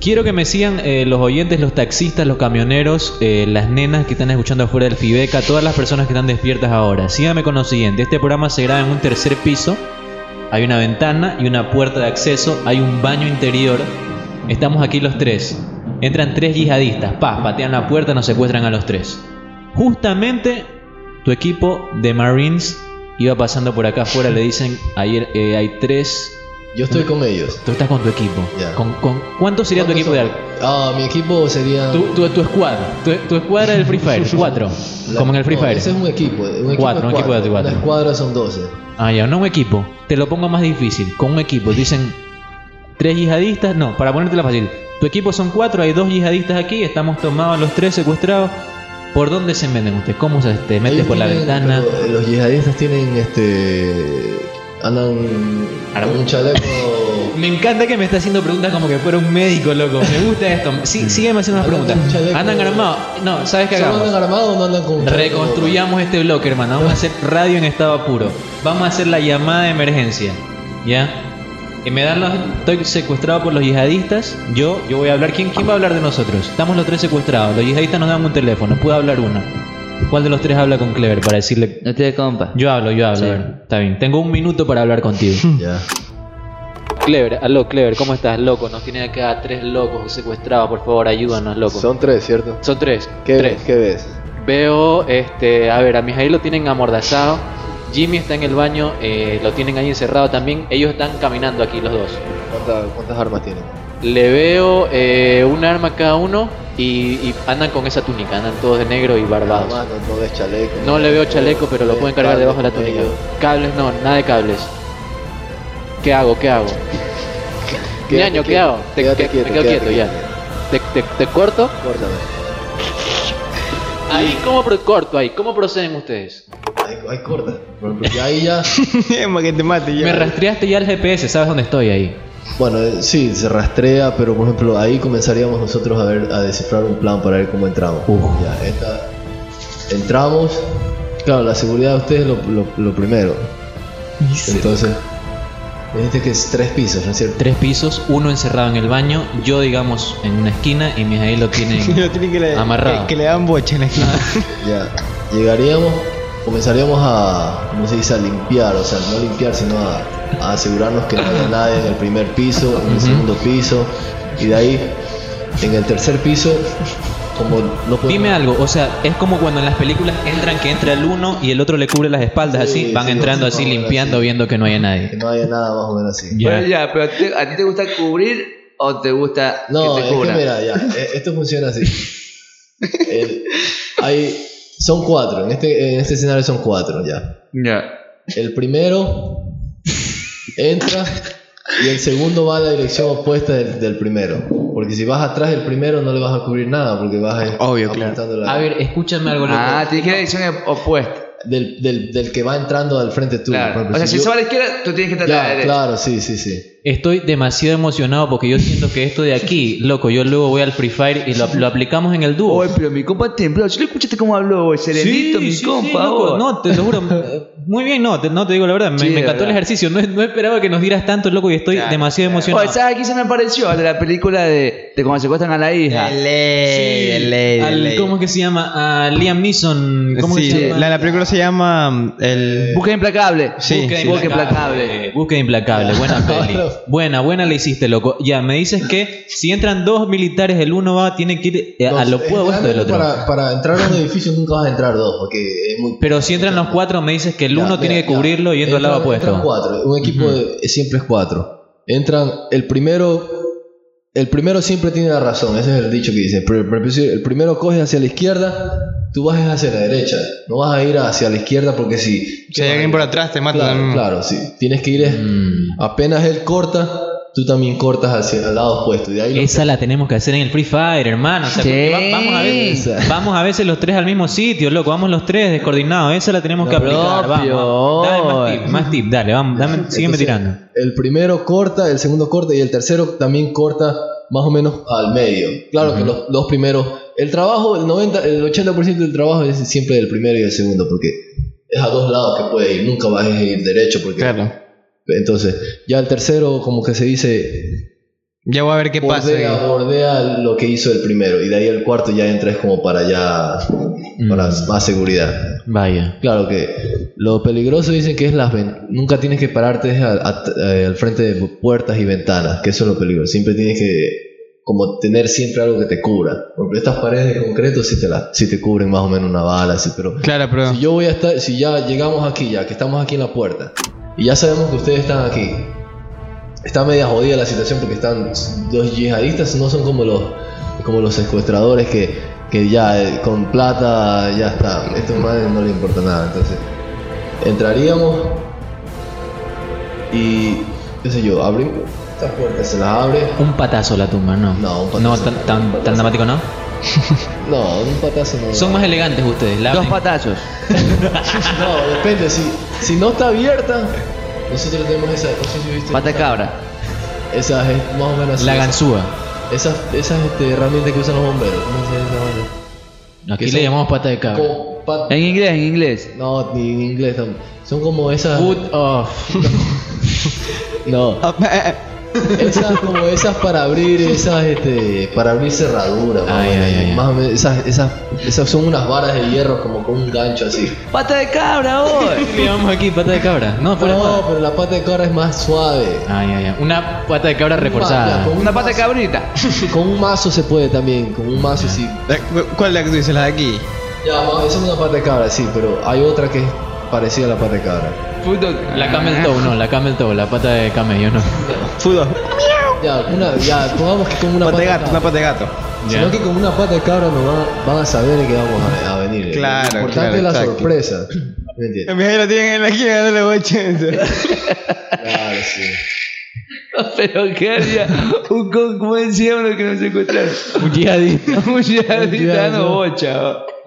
Quiero que me sigan eh, los oyentes, los taxistas, los camioneros, eh, las nenas que están escuchando afuera del Fibeca, todas las personas que están despiertas ahora. Síganme con lo siguiente. Este programa se graba en un tercer piso. Hay una ventana y una puerta de acceso. Hay un baño interior. Estamos aquí los tres. Entran tres yihadistas. Paz, patean la puerta, nos secuestran a los tres. Justamente tu equipo de Marines iba pasando por acá afuera. Le dicen, ayer eh, hay tres Yo estoy con ellos. Tú estás con tu equipo. Ya. ¿Con, con, cuánto sería tu equipo ¿Cuántos de son? Ah, mi equipo sería. Tu, tu, tu squad. Tu, tu escuadra del Free Fire. Cuatro. La- Como en el Free no, Fire. Ese es un equipo. Un equipo Cuatro, de un equipo de cuatro. Una escuadra son 12. Ah, ya, no un equipo. Te lo pongo más difícil. Con un equipo. Dicen tres yihadistas. No, para ponértela fácil. Tu equipo son cuatro, hay dos yihadistas aquí. Estamos tomados los tres secuestrados. ¿Por dónde se meten ustedes? ¿Cómo se te metes Ellos por la tienen- ventana? pero, eh, los yihadistas tienen este. Andan. Arma. con Un chaleco. Me encanta que me está haciendo preguntas como que fuera un médico, loco. Me gusta esto. Sí, sígueme haciendo unas Andan preguntas. con un chaleco. ¿Andan armados? No, ¿sabes qué ¿Solo hagamos? andan armados o no andan con un chaleco? Reconstruyamos este bloque, hermano. Vamos a hacer radio en estado puro. Vamos a hacer la llamada de emergencia. ¿Ya? Y me dan los. Estoy secuestrado por los yihadistas. Yo, yo voy a hablar. ¿Quién, ¿Quién va a hablar de nosotros? Estamos los tres secuestrados. Los yihadistas nos dan un teléfono. Puede hablar uno. ¿Cuál de los tres habla con Clever para decirle? No tiene compa. Yo hablo, yo hablo. Sí. a ver, está bien. Tengo un minuto para hablar contigo. Ya. Clever, aló, Clever, ¿cómo estás, loco? Nos tienen acá tres locos secuestrados. Por favor, ayúdanos, loco. Mm. Son tres, ¿cierto? Son tres. ¿Qué tres. ves? ¿Qué ves? Veo, este, a ver, a Mijail lo tienen amordazado. Jimmy está en el baño, eh, lo tienen ahí encerrado también. Ellos están caminando aquí los dos. ¿Cuántas, cuántas armas tienen? Le veo eh, un arma cada uno y, y andan con esa túnica, andan todos de negro y barbados. Armas, no, no ves chaleco. No le veo chaleco, pero lo ves pueden cargar cables debajo de la con túnica. ellos. Cables no, nada de cables. ¿Qué hago? ¿Qué hago? Quédate Ñaño, ¿qué quieto, hago? Te, quédate te- quieto, me quedo quédate quieto, ya. Te, te- te corto. Córtame. Ahí, ¿cómo pro- corto ahí? ¿Cómo proceden ustedes? Ahí, ahí corta. Y ahí ya. Para que te mate ya. Me rastreaste ya el GPS, sabes dónde estoy ahí. Bueno, eh, sí, se rastrea, pero por ejemplo, ahí comenzaríamos nosotros a ver, a descifrar un plan para ver cómo entramos. Uf. Ya, esta- entramos. Claro, la seguridad de ustedes es lo, lo- lo primero. Entonces, me dijiste que es tres pisos, ¿no es cierto? tres pisos, uno encerrado en el baño, yo digamos en una esquina y mis ahí lo Lo tienen tienen que le, Amarrado. Que, que le dan boche en la esquina. Ya, llegaríamos, comenzaríamos a, ¿cómo se dice?, a limpiar, o sea, no limpiar, sino a, a asegurarnos que no haya nadie en el primer piso, en el segundo piso, y de ahí, en el tercer piso, como no podemos... Dime algo, o sea, es como cuando en las películas entran que entra el uno y el otro le cubre las espaldas, Sí, así, van sí, entrando sí, así, vamos a ver, limpiando, sí. viendo que no haya Que nadie. no haya nada más o menos así. Ya. Pero ya, pero te- ¿a ti te gusta cubrir o te gusta No, que te es que cubran? mira, ya, e- esto funciona así. El- hay, son cuatro, en este, en este escenario son cuatro ya. Ya. El primero entra y el segundo va a la dirección opuesta del, del primero. Porque si vas atrás del primero no le vas a cubrir nada porque vas a- Obvio, claro. apuntando la- A ver, escúchame algo, loco. Ah, tienes que ir a la dirección opuesta. del, del- del que va entrando al frente tuyo. Claro. Por ejemplo, O sea, si yo- se va a la izquierda, tú tienes que estar a la Ya, derecha. claro, sí, sí, sí. Estoy demasiado emocionado porque yo siento que esto de aquí, loco, yo luego voy al Free Fire y lo, lo aplicamos en el dúo. Oye, pero mi compa tembló. ¿Sí lo escuchaste cómo habló, güey? Serenito, mi compa, loco, vos. No, te lo juro. eh, Muy bien, no, te, no te digo la verdad. Me, Sí, me de encantó el verdad. ejercicio. No, no esperaba que nos dieras tanto, loco, y estoy Claro, demasiado emocionado. Pues, ah, Oye, ¿sabes a quién se me pareció? Al de la película de, de cuando secuestran a la hija. Sí, al- ¿Cómo es que se llama? A Liam Neeson. ¿Cómo Sí, que se llama? la, la película se llama mm, El. Busca implacable. Sí, Busca sí. implacable. Eh, Búsqueda implacable, buena peli. Buena, buena le hiciste, loco. Ya, me dices que si entran dos militares, el uno va, tiene que ir eh, a Los- lo eh, puedo esto del otro. Para, para entrar a un edificio nunca vas a entrar dos porque es muy Pero si entran los cuatro, me dices que el Ya, uno tiene mira, que cubrirlo ya. yendo al lado Entran- entran opuesto. cuatro. Un equipo de- siempre es cuatro. Entran el primero. El primero siempre tiene la razón. Ese es el dicho que dice. Pero El, pr- el primero coges hacia la izquierda, tú vas es hacia la derecha. No vas a ir hacia la izquierda porque si. Si hay alguien por atrás, te Claro, matan. claro, sí. Tienes que ir. es- Mm. Apenas él corta, tú también cortas hacia el lado opuesto. Y de ahí lo- Esa la tenemos que hacer en el Free Fire, hermano. O sea, Sí. porque va- vamos, a veces, vamos a veces los tres al mismo sitio, loco. Vamos los tres descoordinados. Esa la tenemos que aplicar. Vamos. propio. Dame más tip, más tip. Dale, vamos. Dame, sígueme Entonces, tirando. El primero corta, el segundo corta y el tercero también corta más o menos al medio. Claro que los dos primeros, el trabajo, el 90, el 80% del trabajo es siempre del primero y del segundo porque es a dos lados que puede ir, nunca vas a ir derecho porque Claro. entonces ya el tercero como que se dice Ya voy a ver qué pasa. bordea, ahí. bordea lo que hizo el primero y de ahí el cuarto ya entra es como para ya para más seguridad. Vaya. Claro que lo peligroso dicen que es las ven- nunca tienes que pararte a- a- eh, al frente de puertas y ventanas, que eso es lo peligroso. Siempre tienes que como tener siempre algo que te cubra, porque estas paredes de concreto sí te las sí te cubren más o menos una bala, así, pero Claro, pero. si yo voy a estar, si ya llegamos aquí, ya que estamos aquí en la puerta, y ya sabemos que ustedes están aquí, está media jodida la situación porque están los yihadistas, no son como los como los secuestradores que, que ya eh, con plata ya está. Estos madres no les importa nada, entonces entraríamos y qué sé yo, abrimos estas puertas, se las abre. Un patazo la tumba, ¿no? No, un patazo. No, tan, tan- tan dramático, ¿no? No, un patazo no. Son más elegantes ustedes. La Dos abren. patazos. No, depende, si, si no está abierta, nosotros tenemos esa, no sé si viste- Pata de cabra. Esas es más o menos así. la ganzúa. Esas, esas este, herramientas que usan los bomberos. ¿Cómo se llama esa vaina? Aquí Que le son- llamamos pata de cabra. Como pa- En inglés, en inglés. No, ni en inglés tampoco. Son como esas. Foot off. Ah, eh, No, esas como esas para abrir, esas este, para abrir cerraduras. más o Ay, menos. ay, ay, ay. Más o menos, esas, esas, esas son unas varas de hierro como con un gancho así. Pata de cabra, hoy. le llamamos aquí pata de cabra. No, fuera de No, joda. pero la pata de cabra es más suave. Ay, ay, ay. Una pata de cabra reforzada. Con un Una pata de mazo- cabrita. Con un mazo se puede también, con un mazo sí. La- Eh, cu- ¿Cuál es la que tú dices? ¿La de aquí? Ya, ma- esa es una pata de cabra, sí, pero hay otra que es parecida a la pata de cabra. La camel toe, no, la camel toe, la pata de camello, no. Fudo. Ya, una, ya, pongamos que con una Pata de gato, una cabra. pata de gato. Sino Ya. que con una pata de cabra nos van, van a saber que vamos a, a venir. ¿eh? Claro, Lo importante claro, es la exacto. sorpresa. ¿Me entiendes? Mi hija la tienen en la esquina, no le voy a echar. Claro, sí. Pero que había un con- ¿cómo decía uno que no se encontraron. Un yihadista. Un yihadista yihadista. no bocha.